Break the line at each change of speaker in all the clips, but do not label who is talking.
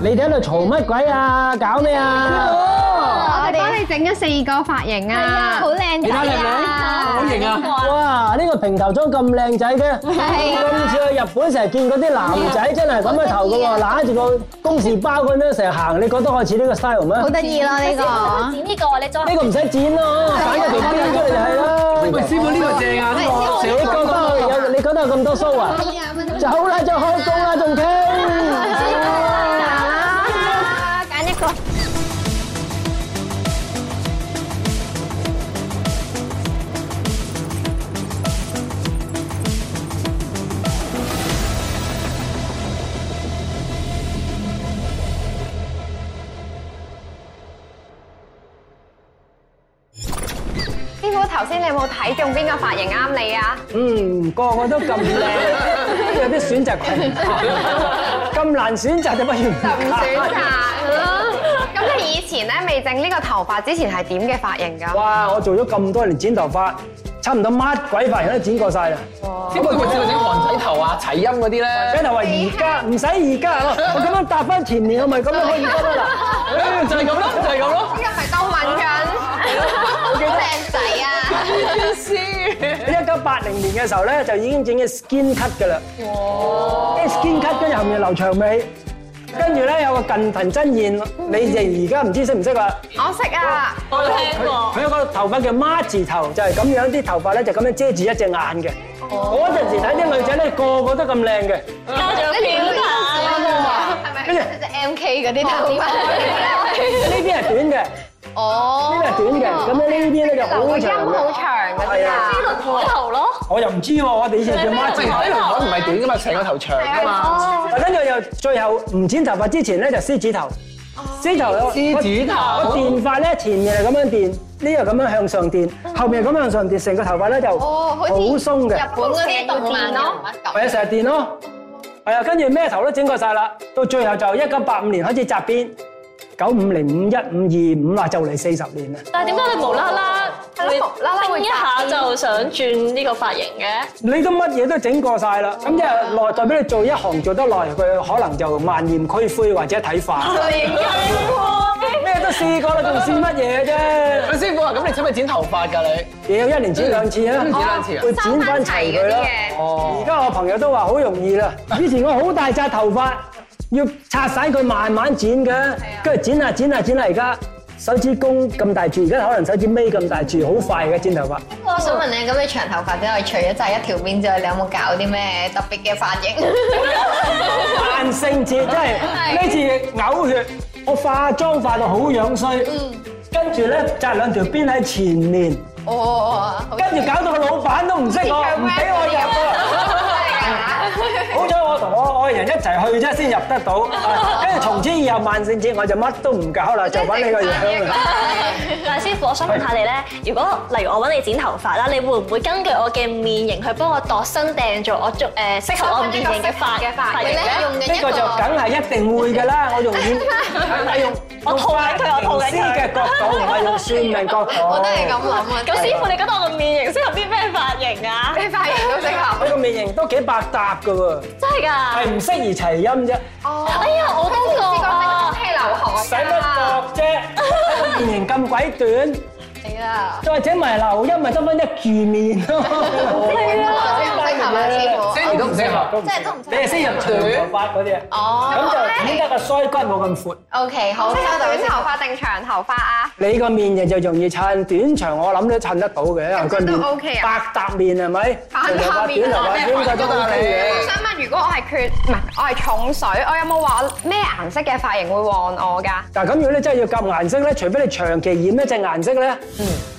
你哋喺度嘈乜鬼啊？搞咩啊？
我
Ờ,
Ờ,
我
哋
哋
幫你整咗四個髮型
à,
啊！
好靚
你
仔
睇靚唔靚？好型啊！
哇！呢個平頭裝咁靚仔嘅，咁似去日本成日見嗰啲男仔真係咁嘅頭嘅喎，揦住個公事包咁樣成日行，你覺得我似呢個 style 咩？
好得意咯呢個，
剪呢個，你再
呢個唔使剪咯，反個條邊出嚟就係
喂，
啦。
師傅呢個正啊，呢個
你
成
覺得
個
我有你覺得有咁多須啊？走啦，就開工啦，仲傾。
揀一個。
師傅頭先你有冇睇中邊個髮型啱你
à.
啊？
嗯，個個都咁靚，有啲選擇困難，咁難選擇就不如唔
就唔選擇咯。咁你以前咧未整呢個頭髮之前係點嘅髮型㗎？
哇！我做咗咁多年剪頭髮，差唔多乜鬼髮型都剪過晒啦。
師傅會整整韓仔頭啊、齊音嗰啲咧
梗，係話而家唔使而家啊我咁樣答翻前面，我咪咁樣可以得啦嗱。
就係咁咯，就係咁咯。
呢個咪當敏感，好靚仔啊！
一九八零年嘅時候咧，就已經整嘅 skin cut 嘅啦。啲 skin cut 跟住後面留長尾，跟住咧有個近藤真彥，你哋而家唔知識唔識啊？
我識啊，
我聽過。
佢有個頭髮叫孖字頭，就係咁樣啲頭髮咧就咁樣遮住一隻眼嘅。
哦
嗰陣時睇啲女仔咧個個都咁靚嘅，
啊係咪即係 M K 嗰啲頭髮？
呢邊係短嘅，呢
哦，
邊係短嘅，咁樣呢邊咧就
留個
好
音
長
好
嘅。
長嗰啲啊。哦
我又唔知喎，我哋以前叫孖字
喂，
頭。
呢條啊唔係短啊噶嘛，成個頭長噶嘛。
跟住又最後唔剪頭髮之前咧就獅子頭，
哦
獅頭有
獅子頭
個電髮咧前面係咁樣電，呢度咁樣向上電，後面係咁向上電，成個頭髮咧就
哦
好
好似
鬆嘅，
日本嗰啲動漫咯，
係啊成日電咯，係啊跟住咩頭都整過晒啦，到最後就一九八五年開始紮辮，九五零五一五二五啊啦就嚟四十年啦，
但係點解你無啦啦會
無啦啦會
叮一下就想轉呢個髮型嘅？
你都乜嘢都整過晒啦，咁即係耐代表你做一行做得耐，佢可能就萬念俱灰或者睇化，咩都試過啦，仲試乜嘢啫？
喂，師傅啊，咁你使唔使剪頭髮㗎你？
嘢有一年剪兩次啊，
嗯剪兩次啊
會剪翻齊佢啦。
哦
而家我朋友都話好容易啦，以前我好大紮頭髮，要拆散佢慢慢剪嘅，跟住剪下剪下剪下，而家手指公咁大住，而家可能手指尾咁大住，好快嘅剪頭髮。
啊
我想問你，咁你長頭髮之外，除咗紮一條辮之外，你有冇搞啲咩特別嘅髮 型？
萬聖節真係呢次嘔血，我化妝化到好樣衰，跟住咧紮兩條辮喺前面，
哦，好
跟住搞到個老闆都唔識我，唔俾我入啊！好彩我同我愛人一齊去啫，先入得到。跟住從此以後萬聖節我就乜都唔搞啦，就揾呢個樣啦。
但係師傅，我想問下你咧，如果例如我揾你剪頭髮啦，你會唔會根據我嘅面型去幫我度身訂做我足誒適合我面型嘅髮嘅髮型咧？
用緊
呢
一
個就梗係一定會㗎啦，我用演，係用
我套緊佢我套緊佢
師嘅角度，唔係用算命角度。
我都係咁諗啊。
咁師傅，你覺得我嘅面型適合啲咩髮型啊？
你髮型都適合。
佢個面型都幾百搭㗎喎，
真係㗎！
係唔適宜齊音啫，
哎呀，我都
呢個係
覺
中氣流行
使
À.
乜度啫？個面型咁鬼短，
死啦！
再整埋留音咪得翻一橛 面
唔適合啊，
咯。
師傅。
Sandy 都唔適合。
真係都唔適合
你係先入長頭髮嗰啲啊？
哦
咁就剪得個腮骨冇咁闊。
，OK，好，收
適合
到
短
先。
頭髮定長頭髮啊？
你個面型就容易襯，短長我諗都襯得到嘅，因為個面
都 OK 啊
百搭面係咪？
百搭面
短頭
啊
髮應該都 OK
我想問，如果我係缺唔係我係重水，我有冇話咩顏色嘅髮型會旺我㗎？
嘅。嗱，咁如果你真係要夾顏色咧，除非你長期染一隻顏色咧，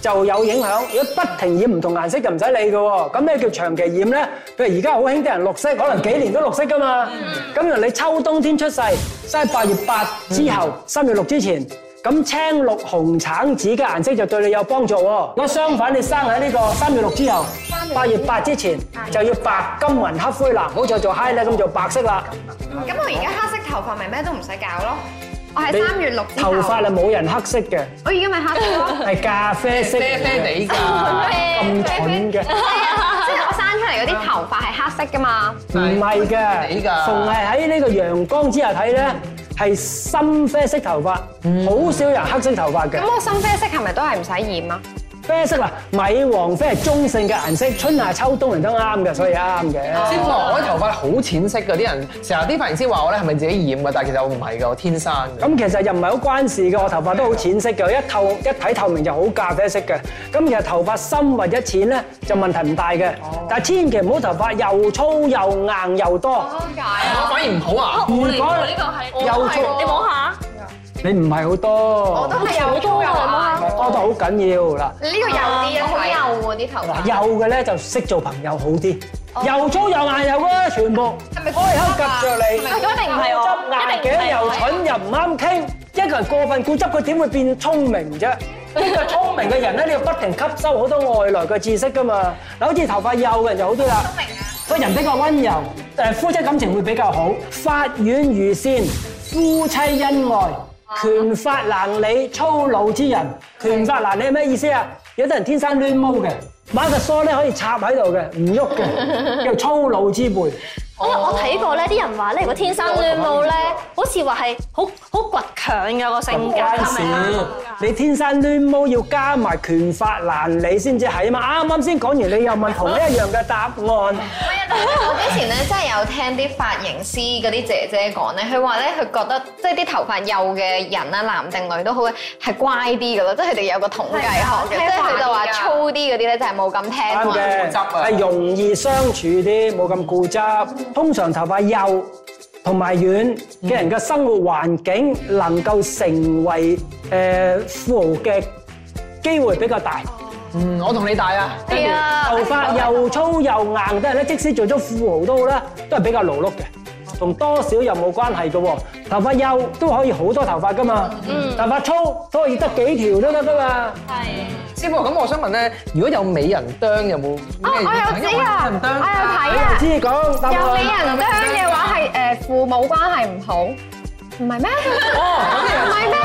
就有影響。如果不停染唔同顏色就唔使理嘅喎。咁咩叫長期染咧？譬如而家好興啲人綠色，可能幾年都綠色噶嘛。咁原來你秋冬天出世，即係八月八之後，三月六之前。咁青綠紅橙紫嘅顏色就對你有幫助喎。如果相反，你生喺呢個三月六之後，八月八之前就要白金銀黑灰藍，好似做 high 咧咁就白色啦。
咁我而家黑色頭髮咪咩都唔使搞咯。我係
你
三月六之後
頭，髮係冇人黑色嘅，
我已經咪黑色 咯。
係咖啡色
啡啡地㗎，
咁蠢嘅，
即係我生出嚟嗰啲頭髮係黑色㗎嘛。
唔係嘅
啡啡地㗎，
逢係喺呢個陽光之下睇咧，係深啡色頭髮，好、少人黑色頭髮嘅。
咁我深啡色係咪都係唔使染啊？
啡色啦，米黃啡係中性嘅顏色，春夏秋冬人都啱嘅，所以啱嘅。
先我啲頭髮好淺色嘅，啲人成日啲髮型師話我咧係咪自己染嘅，但係其實我唔係㗎，我天生嘅。
咁其實又唔係好關事嘅，我頭髮都好淺色嘅，一透一睇透明就好咖啡色嘅。咁其實頭髮深或者淺咧就問題唔大嘅，但係千祈唔好頭髮又粗又硬又多。
點解啊？
我反而唔好啊！
我
如果
呢個係
又粗，
你摸下，
你唔係好多，
我都係有粗有
啊
硬。
多到好緊要嗱。
呢個幼啲一
好
睇，
幼喎啲頭
嗱，
髮，
幼嘅咧就識做朋友好啲，又粗又硬又嗰全部開口夾着你，
一定唔係
執
我，
硬
一定唔
頸
係
又
我。
蠢又唔啱傾，一個人過分固執，佢點會變聰明啫？一個聰明嘅人咧，你要不停吸收好多外來嘅知識噶嘛。嗱，好似頭髮幼嘅人就好啲啦，個人比較温柔，誒夫妻感情會比較好，法院如線，夫妻恩愛。拳法難理粗魯之人，拳法難理係咩意思啊？有啲人天生攣毛嘅，買個梳咧可以插喺度嘅，唔喐嘅，叫粗魯之輩。
我我睇過咧，啲人話咧，如果天生亂舞咧，
哦
好似話係好好倔強嘅個性格，
關
係咪
事
啊？，
你天生攣毛要加埋拳法難理先至係啊嘛！啱啱先講完，你又問同一樣嘅答案，
唔係啊！但係我之前咧真係有聽啲髮型師嗰啲姐姐講咧，佢話咧佢覺得即係啲頭髮幼嘅人啦，男定女都好係乖啲噶咯，即係佢哋有個統計學嘅，即係啊佢就話粗啲嗰啲咧就係冇咁聽話。
啱嘅，
固執啊
係容易相處啲，冇咁固執。通常頭髮幼同埋軟嘅人嘅生活環境，能夠成為誒富豪嘅機會比較大。
嗯，我同你大啊，
係啊
頭髮又粗又硬嘅人咧，即使做咗富豪都好啦，都係比較勞碌嘅，同多少又冇關係嘅喎。頭髮幼都可以好多頭髮噶嘛，頭髮粗都可以得幾條都得噶嘛。
師傅，咁我想問咧，如果有美人啄有冇咩
哦，我
影響？
有知
唔知講答
有美人啄
啊，我有睇啊。有美
案。
人啄嘅話係誒父母關係唔好，唔係咩？
哦，
唔係咩？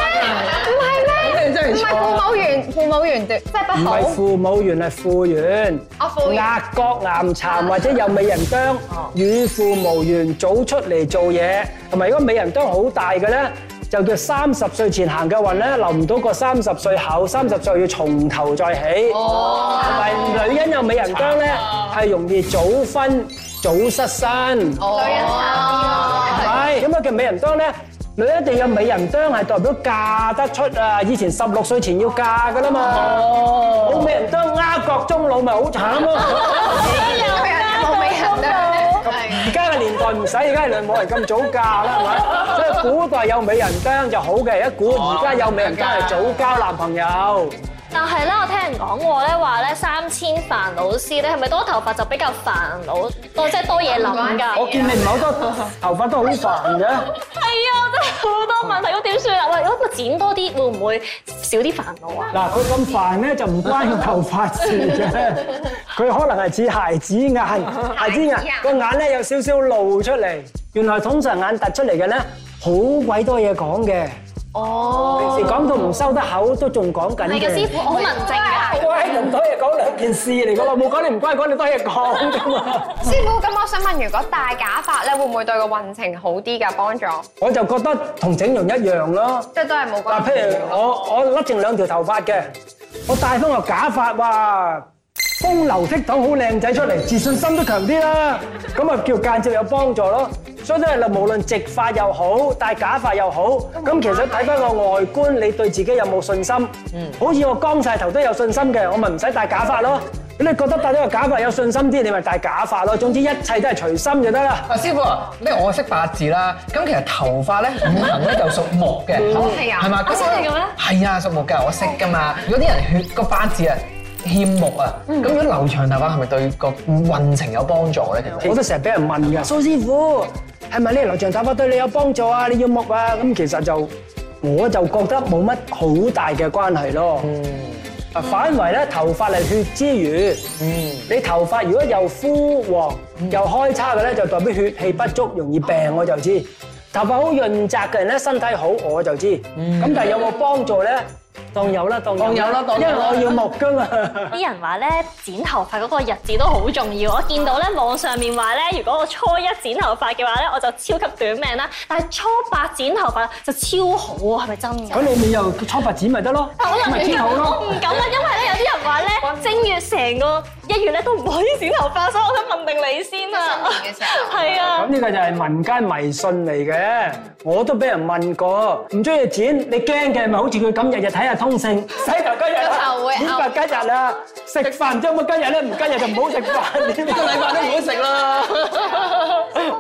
唔係咩？
咁你真
唔
係
係
錯
父母緣父母緣斷，即係
唔
不好
係。父母緣係父緣，
我父緣
額角岩殘或者有美人啄，與父無緣，早出嚟做嘢，同埋如果美人啄好大嘅咧，就叫三十歲前行嘅運咧，留唔到個三十歲後，三十歲要從頭再起。
哦，
同埋女人有美人啄咧，係容易早婚早失身。
女人慘
係，咁啊叫美人啄咧，女一定有美人啄係代表嫁得出啊！以前十六歲前要嫁噶啦嘛，冇美人啄呃國中老咪好慘咯。
啲喎，冇美人啦，
而家嘅年代唔使，而家係冇人咁早嫁啦，係咪？所以古代有美人啄就好嘅，一估而家有美人啄係早交男朋友。
但係咧，我聽人講過咧，話咧三千煩惱絲咧，係咪多頭髮就比較煩惱多，即係多嘢諗㗎？
我見你唔係好多頭髮都好煩嘅，
係啊，真係好多問題，咁點算啊？喂，如果剪多啲，會唔會少啲煩惱啊？
嗱佢咁煩咧就唔關頭髮事嘅，佢可能係似孩子眼，孩子眼個眼咧有少少露出嚟，原來通常眼突出嚟嘅咧好鬼多嘢講嘅，平時講到唔收得口都仲講緊
係嘅，
嘅
師。傅，我好文靜㗎。
我喺咁多嘢講兩件事嚟噶嘛，冇講你唔關講你多嘢講 噶嘛。
師傅，咁我想問，如果戴假髮咧，會唔會對個運程好啲㗎？幫助
我就覺得同整容一樣咯。
即係都係冇
嗱，
關
譬如我我甩剩兩條頭髮嘅，我戴翻個假髮哇，風流倜儻好靚仔出嚟，自信心都強啲啦。咁啊叫間接有幫助咯。所以咧，無論直髮又好，戴假髮又好，咁其實睇翻個外觀，你對自己有冇信心？嗯，好似我光晒頭都有信心嘅，我咪唔使戴假髮咯。咁你覺得戴咗個假髮有信心啲，你咪戴假髮咯。總之一切都係隨心就得啦。
啊，師傅啊，咩我識八字啦，咁其實頭髮咧五行咧就屬木嘅，
係啊
係嘛？
我識係咁咩
係啊，屬木㗎，我識㗎嘛。如果啲人血個八字啊欠木啊，咁如果留長頭髮係咪對個運程有幫助咧？其實
我都成日俾人問嘅，蘇師傅係咪呢留長頭髮對你有幫助啊？你要木啊？咁其實就我就覺得冇乜好大嘅關係咯。啊，反為咧頭髮係血之餘，你頭髮如果又枯黃又開叉嘅咧，就代表血氣不足，容易病我就知。頭髮好潤澤嘅人咧，身體好我就知。咁但係有冇幫助咧？當有啦，當
當有啦當
因
有
為
啦
我要木噶嘛。
啲人話咧剪頭髮嗰個日子都好重要，我見到咧網上面話咧，如果我初一剪頭髮嘅話咧，我就超級短命啦。但係初八剪頭髮就超好啊，係咪真㗎
咁？你咪又搓白剪咪得咯，
我又
咪
唔
剪
敢，
好
我
咯。
唔敢啊，因為咧有啲人話咧，正月成個一月咧都唔可以剪頭髮，所以我想問定你先啊。
新年嘅時候
係啊
咁，呢個就係民間迷信嚟嘅，我都俾人問過，唔中意剪，你驚嘅咪好似佢咁日日睇下通勝，洗頭今日啦
就會，
剪髮今日啦，食飯唔知有冇今日咧，唔今日就唔好食飯。呢
個禮拜都唔好食啦。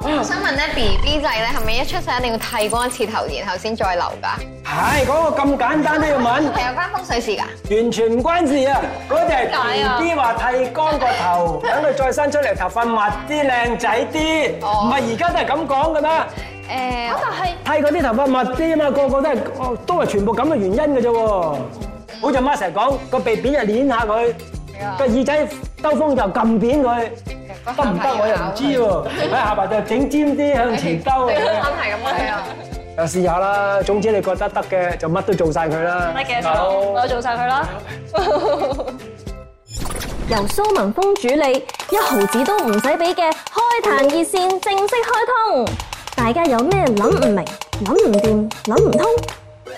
我想問咧，B B 仔咧係咪一出世一定要剃光一次頭，然後先再留㗎？
係嗰個咁簡單都要問，
係有關風水事㗎？
完全唔關事啊！嗰隻
解啊
係 B B 話剃光個頭，等佢再生出嚟頭髮密啲、靚仔啲，唔
哦
係而家都係咁講㗎咩？
誒，
剃嗰啲頭髮密啲啊嘛，個個都係哦都係全部咁嘅原因嘅啫喎。好似媽成日講個鼻扁就攣下佢，個耳仔兜風就撳扁佢，得唔得我又唔知喎。喺下巴就整尖啲向前兜咁
Dạ.
樣，
係咁樣啊！
又試下啦。總之你覺得得嘅就乜都做晒佢啦。
得嘅，我做晒佢啦。由蘇文峰主理，一毫子都唔使俾嘅開壇熱線正式開通，大家有咩諗唔明、諗唔掂、諗唔通，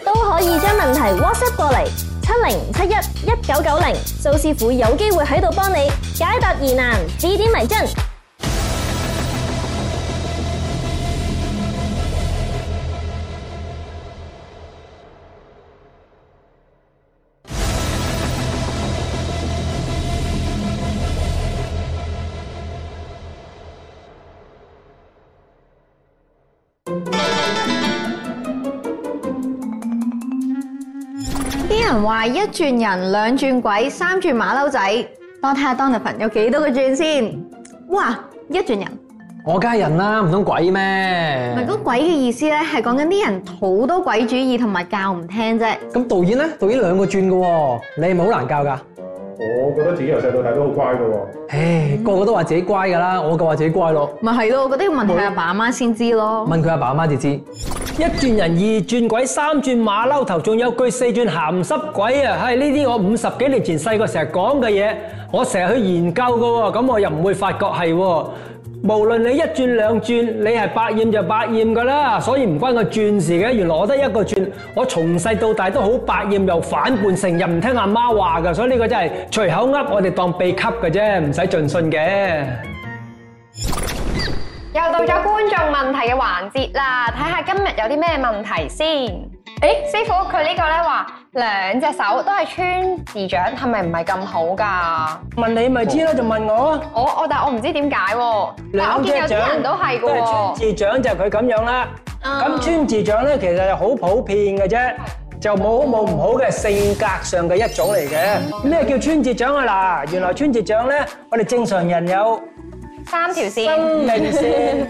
都可以將問題 WhatsApp 過嚟七零七一一九九零，蘇師傅有機會喺度幫你解答疑難、指點迷津。
啲人話一轉人，兩轉鬼，三轉馬騮仔。幫睇下 Donovan 有幾多個轉先？哇！一轉人，
我梗係人啦，唔通鬼咩
唔？
Ờ.
係嗰鬼嘅意思咧，係講緊啲人好多鬼主意同埋教唔聽啫。
咁導演咧，導演兩個轉嘅喎，你係咪好難教㗎？
我覺得自己由細到大都好乖嘅喎。
唉，個個都話自己乖㗎啦，我夠話自己乖咯。
咪係咯，我覺得要問下阿爸阿媽先知咯。
問佢阿爸阿媽就知。
一轉人，二轉鬼，三轉馬騮頭，仲有句四轉鹹濕鬼啊！係呢啲我五十幾年前細個成日講嘅嘢，我成日去研究嘅喎，咁我又唔會發覺係喎。無論你一轉兩轉，你係百厭就百厭㗎啦，所以唔關個轉事嘅。原來我得一個轉，我從細到大都好百厭又反叛，成日唔聽阿媽話㗎，所以呢個真係隨口噏，我哋當秘笈嘅啫，唔使盡信嘅。
又到咗觀眾問題嘅環節啦，睇下今日有啲咩問題先。誒，師傅佢呢個咧話兩隻手都係穿字掌，係咪唔係咁好㗎？
問你咪知咯，就問我啊。
我我但我唔知點解喎，但我
兩隻
見有啲
掌
人都係㗎
都係穿
喎。
字掌就係佢咁樣啦。咁穿字掌咧，其實就好普遍嘅啫，就冇好冇唔好嘅性格上嘅一種嚟嘅。咩叫穿字掌啊？嗱，原來穿字掌咧，我哋正常人有
三條線，
生命線、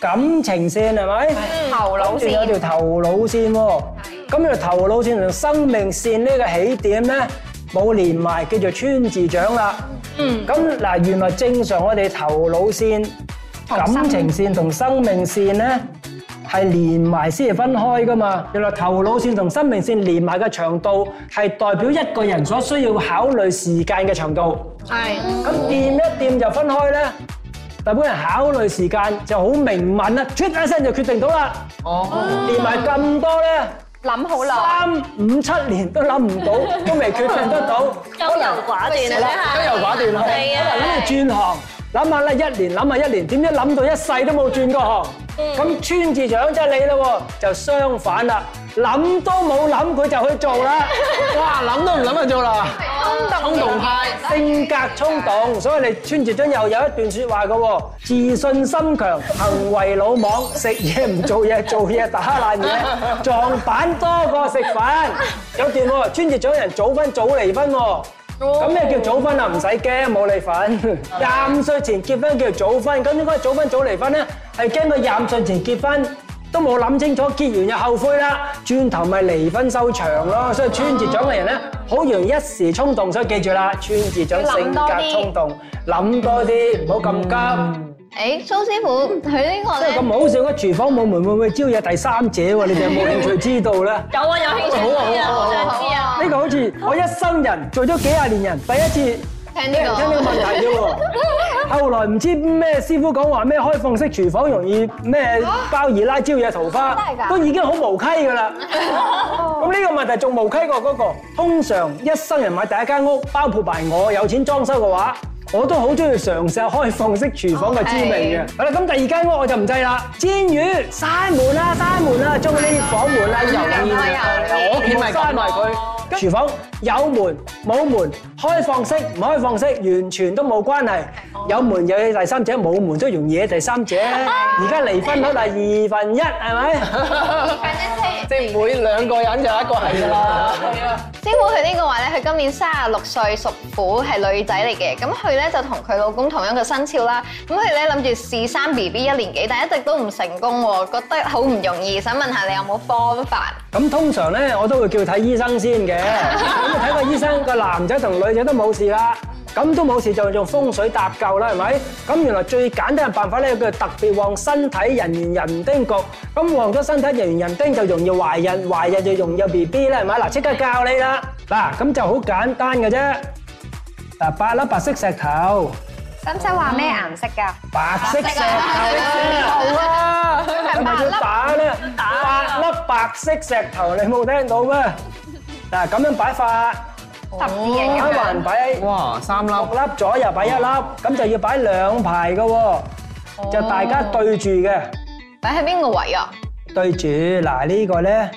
感情線係咪？
頭腦
仲有
線，
條頭腦線喎。咁條頭腦線同生命線呢個起點咧冇連埋，叫做穿字掌啦。嗯。咁嗱，原來正常我哋頭腦線、感情線同生命線咧。係連埋先係分開噶嘛？原來頭腦線同生命線連埋嘅長度係代表一個人所需要考慮時間嘅長度。
係
咁掂一掂就分開咧，大部分人考慮時間就好明敏啦，出一聲就決定到啦。
哦，
連埋咁多咧，
諗好耐。
三五七年都諗唔到，都未決定得到。
優柔寡斷啊，優柔寡斷啊，係
可能
啊
諗。住轉行，諗下咧一年諗下一年，點知諗到一世都冇轉過行。咁穿字掌即係你咯喎，就相反啦，諗都冇諗佢就去做啦。
哇，諗都唔諗就做啦。
衝動派，性格衝動，所以你穿住樽又有一段説話嘅喎，自信心強，行為魯莽，食嘢唔做嘢，做嘢打爛嘢，撞板多過食飯，有段喎，穿住樽人早婚早離婚喎。咁咩叫早婚啊？唔使驚，冇你份。廿五歲前結婚叫早婚，咁應該早婚早離婚咧，係驚佢廿五歲前結婚都冇諗清楚，結完又後悔啦，轉頭咪離婚收場咯。所以穿字掌嘅人咧，好容易一時衝動，所以記住啦，穿字掌性格衝動，諗多啲，唔好咁急。
誒蘇師傅佢呢個
即係
咧
咁好笑嘅廚房冇門會唔會招惹第三者喎？你哋有冇興趣知道咧？
有啊，有興趣啊，
好啊
Ờ,
好啊
好想知啊。
呢個好似我一生人做咗幾廿年人，第一次
聽
聽人
呢
聽呢個問
個。
題啫喎。 後來唔知咩師傅講話咩開放式廚房容易咩包二奶招惹桃花
啊真係，㗎哦
都已經好無稽㗎啦。咁呢個問題仲無稽過嗰個。通常一生人買第一間屋，包括埋我有錢裝修嘅話。我都好中意嘗試下開放式廚房
哦
嘅滋味嘅。好啦，咁第二間屋我就唔制啦，煎魚閂門啦，閂門啦，將啲房門
嗯
啦，油煙
油我屋企咪咁咯
閂埋佢。廚房有門冇門，開放式唔開放式，完全都冇關係。有門有嘢第三者，冇門都容易嘢第三者。而家離婚率係二分一，係咪？
即係每兩個人就有一個係㗎啦。
師傅佢呢個話咧，佢今年三十六歲，屬虎，係女仔嚟嘅。咁佢咧就同佢老公同一個生肖啦。咁佢咧諗住試生 B B 一年幾，但係一直都唔成功喎，覺得好唔容易。想問下你有冇方法？
咁通常咧，我都會叫睇醫生先嘅。咁睇個醫生，個男仔同女仔都冇事啦。咁都冇事就用風水搭救啦，係咪？咁原來最簡單嘅辦法咧，叫特別旺身體人緣人丁局。咁旺咗身體人緣人丁就容易懷孕，懷孕就容易有 B B 啦，係咪？嗱，即刻教你啦。嗱，咁就好簡單嘅啫。嗱，八粒白色石頭，
使唔使話咩顏色㗎？
白色石頭啫。係咪要打咧？八粒白色石頭，你冇聽到咩？嗱，咁樣擺法，
十字形
一
咁樣
環。擺
哇，三粒
六粒左右擺一粒，咁就要擺兩排嘅喎，就大家對住嘅，
擺喺邊個位啊？
對住嗱呢個咧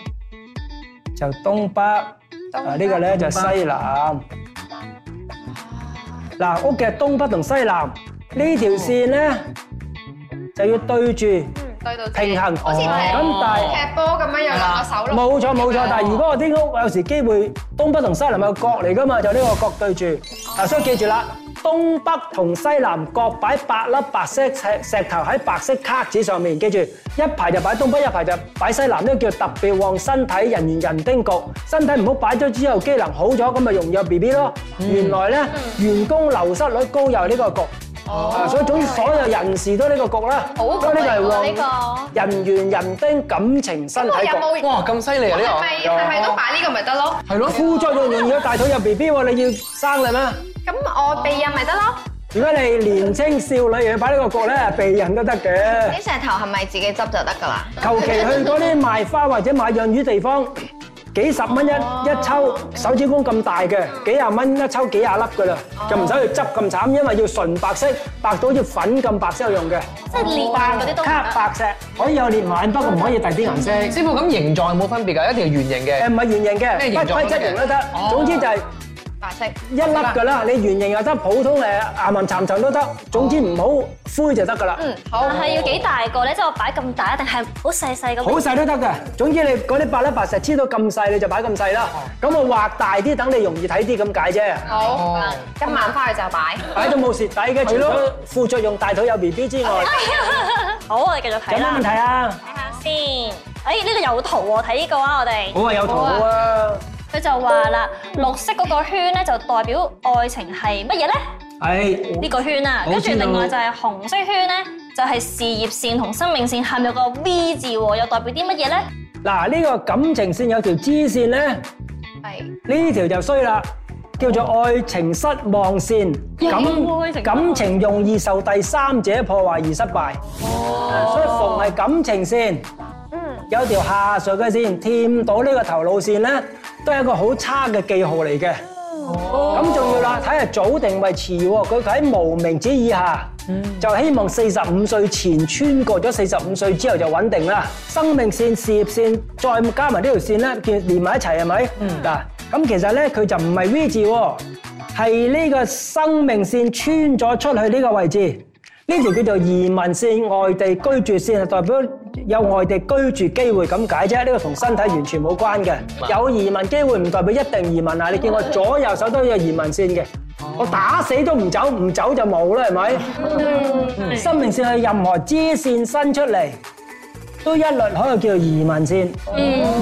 就東北，啊呢個咧就西南。嗱，屋嘅東北同西南呢條線咧就要對住。
對到
平衡，
好似踢
咁但係
踢波咁樣有兩個手咯。
冇錯冇錯，但係如果我啲屋有時機會東北同西南有角嚟㗎嘛，就呢個角對住。嗱，所以記住啦，東北同西南各擺八粒白色石石頭喺白色卡紙上面，記住一排就擺東北，一排就擺西南，呢個叫特別旺身體人緣人丁局。身體唔好擺咗之後，機能好咗咁咪容易有 B B 咯。原來咧員工流失率高又係呢個局。啊，所以總之所有人事都呢個局啦，
好
所以呢個係
呢
旺人緣、人丁、感情、身體
有
局。
冇？
哇，咁犀利啊！呢
係
個
咪係咪都擺呢個咪得咯？
係咯，
副作用容易有大肚入 B B 喎，你要生啦咩？
咁我避孕咪得咯？
如果你年青少女又要擺呢個局咧，避孕都得嘅。
啲石頭係咪自己執就得㗎啦？
求其去嗰啲賣花或者買養魚地方，幾十蚊一一抽，手指公咁大嘅，幾廿蚊一抽幾廿粒㗎啦，就唔使去執咁慘，因為要純白色，白到好似粉咁白先有用嘅。
即係連環嗰啲都唔得
卡白石可以有裂紋，不過唔可以第啲顏色。
師傅咁形狀有冇分別㗎？一定係圓
誒
形嘅。
唔係圓形
咩形
嘅，
狀
不規則形都得
哦。
總之就係。
白色。
一粒㗎啦，你圓形又得，普通誒岩岩沉沉都得，總之唔好灰就得㗎啦。
但係要幾大個咧？即係我擺咁大，一定係好細細咁。
好細都得嘅，總之你嗰啲白粒白石黐到咁細，你就擺咁細啦。咁我畫大啲，等你容易睇啲咁解啫。
好
哦，
今晚翻去就擺。
擺到冇蝕底嘅，除咗副作用大肚有 B B 之外，
好，我哋繼續
有
睇
乜
啦
問。題啊？
睇下先。誒呢個有圖喎，睇呢個啊，我哋。
我話有圖啊，
佢就話啦，綠色嗰個圈咧就代表愛情係乜嘢咧？
係
呢個圈啊，
我
跟住
知道
另外就係紅色圈咧，就係事業線同生命線下面有個 V 字喎，又代表啲乜嘢咧？
嗱呢個感情線有條支線咧。
係。
呢條就衰啦，叫做愛情失望線，
有愛情
感
失望
感情容易受第三者破壞而失敗。所以逢係感情線，
嗯
有條下垂嘅線掂到呢個頭腦線咧，都係一個好差嘅記號嚟嘅。咁仲要啦，睇下早定為遲喎。佢喺無名指以下，就希望四十五歲前穿過咗四十五歲之後就穩定啦。生命線、事業線，再加埋呢條線咧，結連埋一齊係咪？嗱，咁其實咧佢就唔係 V 字喎，係呢個生命線穿咗出去呢個位置。呢條叫做移民線、外地居住線，係代表有外地居住機會咁解啫。呢個同身體完全冇關嘅。有移民機會唔代表一定移民啊！你見我左右手都有移民線嘅，我打死都唔走，唔走就冇啦，係咪？生命線係任何支線伸出嚟。都一律可以叫做移民線。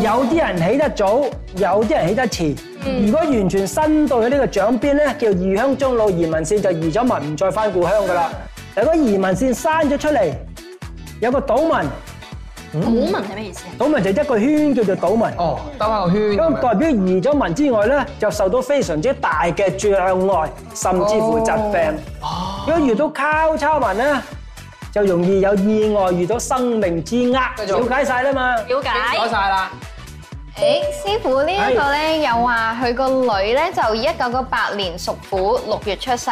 有啲人起得早，有啲人起得遲。如果完全伸到去呢個掌邊咧，叫異鄉中老移民線就移咗民，唔再翻故鄉噶啦。有個移民線生咗出嚟，有個島民，
古文係咩意思啊？
島民就一個圈叫做島民。
哦，兜翻個圈咁
咁
樣。
代表移咗民之外咧，就受到非常之大嘅障礙，甚至乎疾病。如果遇到交叉民咧，就容易有意外遇到生命之厄。
繼續
了解晒啦嘛。
了
清楚
解。
晒啦，
誒，師傅呢一個咧又話佢個女咧就一九九八年屬虎，六月出世，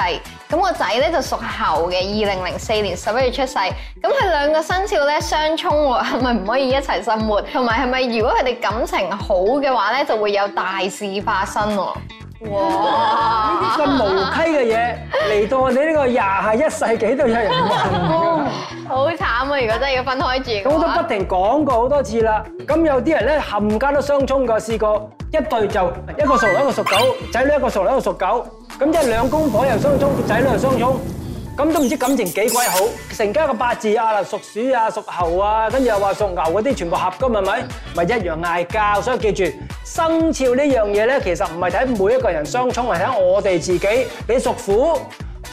咁個仔咧就屬猴嘅，二零零四年十一月出世，咁佢兩個生肖咧相沖喎，係咪唔可以一齊生活？同埋係咪如果佢哋感情好嘅話咧，就會有大事發生喎？
呢啲咁無稽嘅嘢嚟到我哋呢個廿一世紀都有人問㗎。
好慘啊！如果真係要分開住
咁
嘅
我都
話
不，停講過好多次啦。咁有啲人咧冚家都相沖過，試過一對就一個屬龍一個屬狗，仔女一個屬龍一個屬狗，咁即係兩公婆又相沖，仔女又相沖。咁都唔知感情幾鬼好，成家個八字啊，屬鼠啊，屬猴啊，跟住又話屬牛嗰啲全部合㗎，係咪？咪一樣嗌交，所以記住生肖呢樣嘢咧，其實唔係睇每一個人相沖，係睇我哋自己。你屬虎，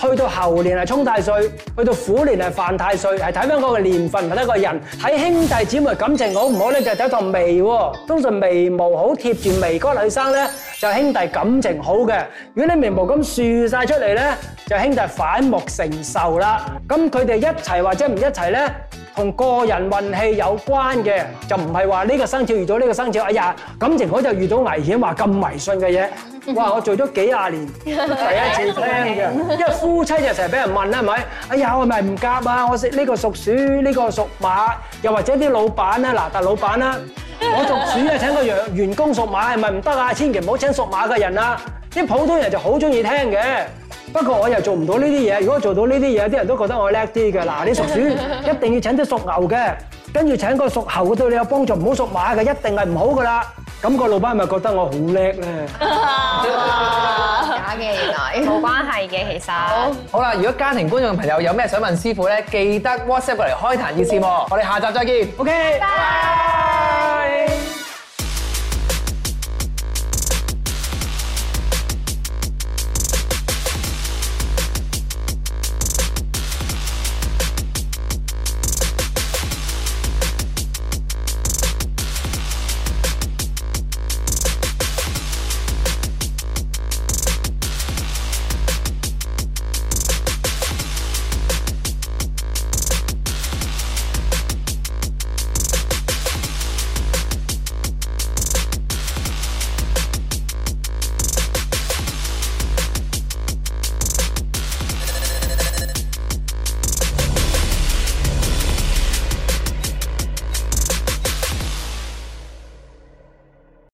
去到猴年係沖太歲，去到虎年係犯太歲，係睇翻嗰個年份，睇翻個人，睇兄弟姊妹感情好唔好咧，就係睇個眉喎。通常眉毛好貼住眉嗰個女生咧，就係兄弟感情好嘅。如果你眉毛咁豎晒出嚟咧，就係兄弟反目成仇啦。咁佢哋一齊或者唔一齊咧，同個人運氣有關嘅，就唔係話呢個生肖遇到呢個生肖，哎呀感情好就遇到危險，話咁迷信嘅嘢。哇！我做咗幾廿年，第一次聽嘅，因為夫妻就成日俾人問啦，係咪？哎呀，我係咪唔夾啊！我食呢個屬鼠，呢、個屬馬，又或者啲老闆啦，嗱，但老闆啦，我屬鼠啊，請個員員工屬馬係咪唔得啊？千祈唔好請屬馬嘅人啊！啲普通人就好中意聽嘅。不過我又做唔到呢啲嘢，如果做到呢啲嘢，啲人都覺得我叻啲嘅。嗱，你屬鼠一定要請啲屬牛嘅，跟住請個屬猴對你有幫助，唔好屬馬嘅，一定係唔好噶啦。咁個老闆係咪覺得我好叻咧？
假嘅原來。
冇關係嘅，其實。
好啦，如果家庭觀眾朋友有咩想問師傅咧，記得 WhatsApp 過嚟開壇熱線喎，我哋下集再見。
OK。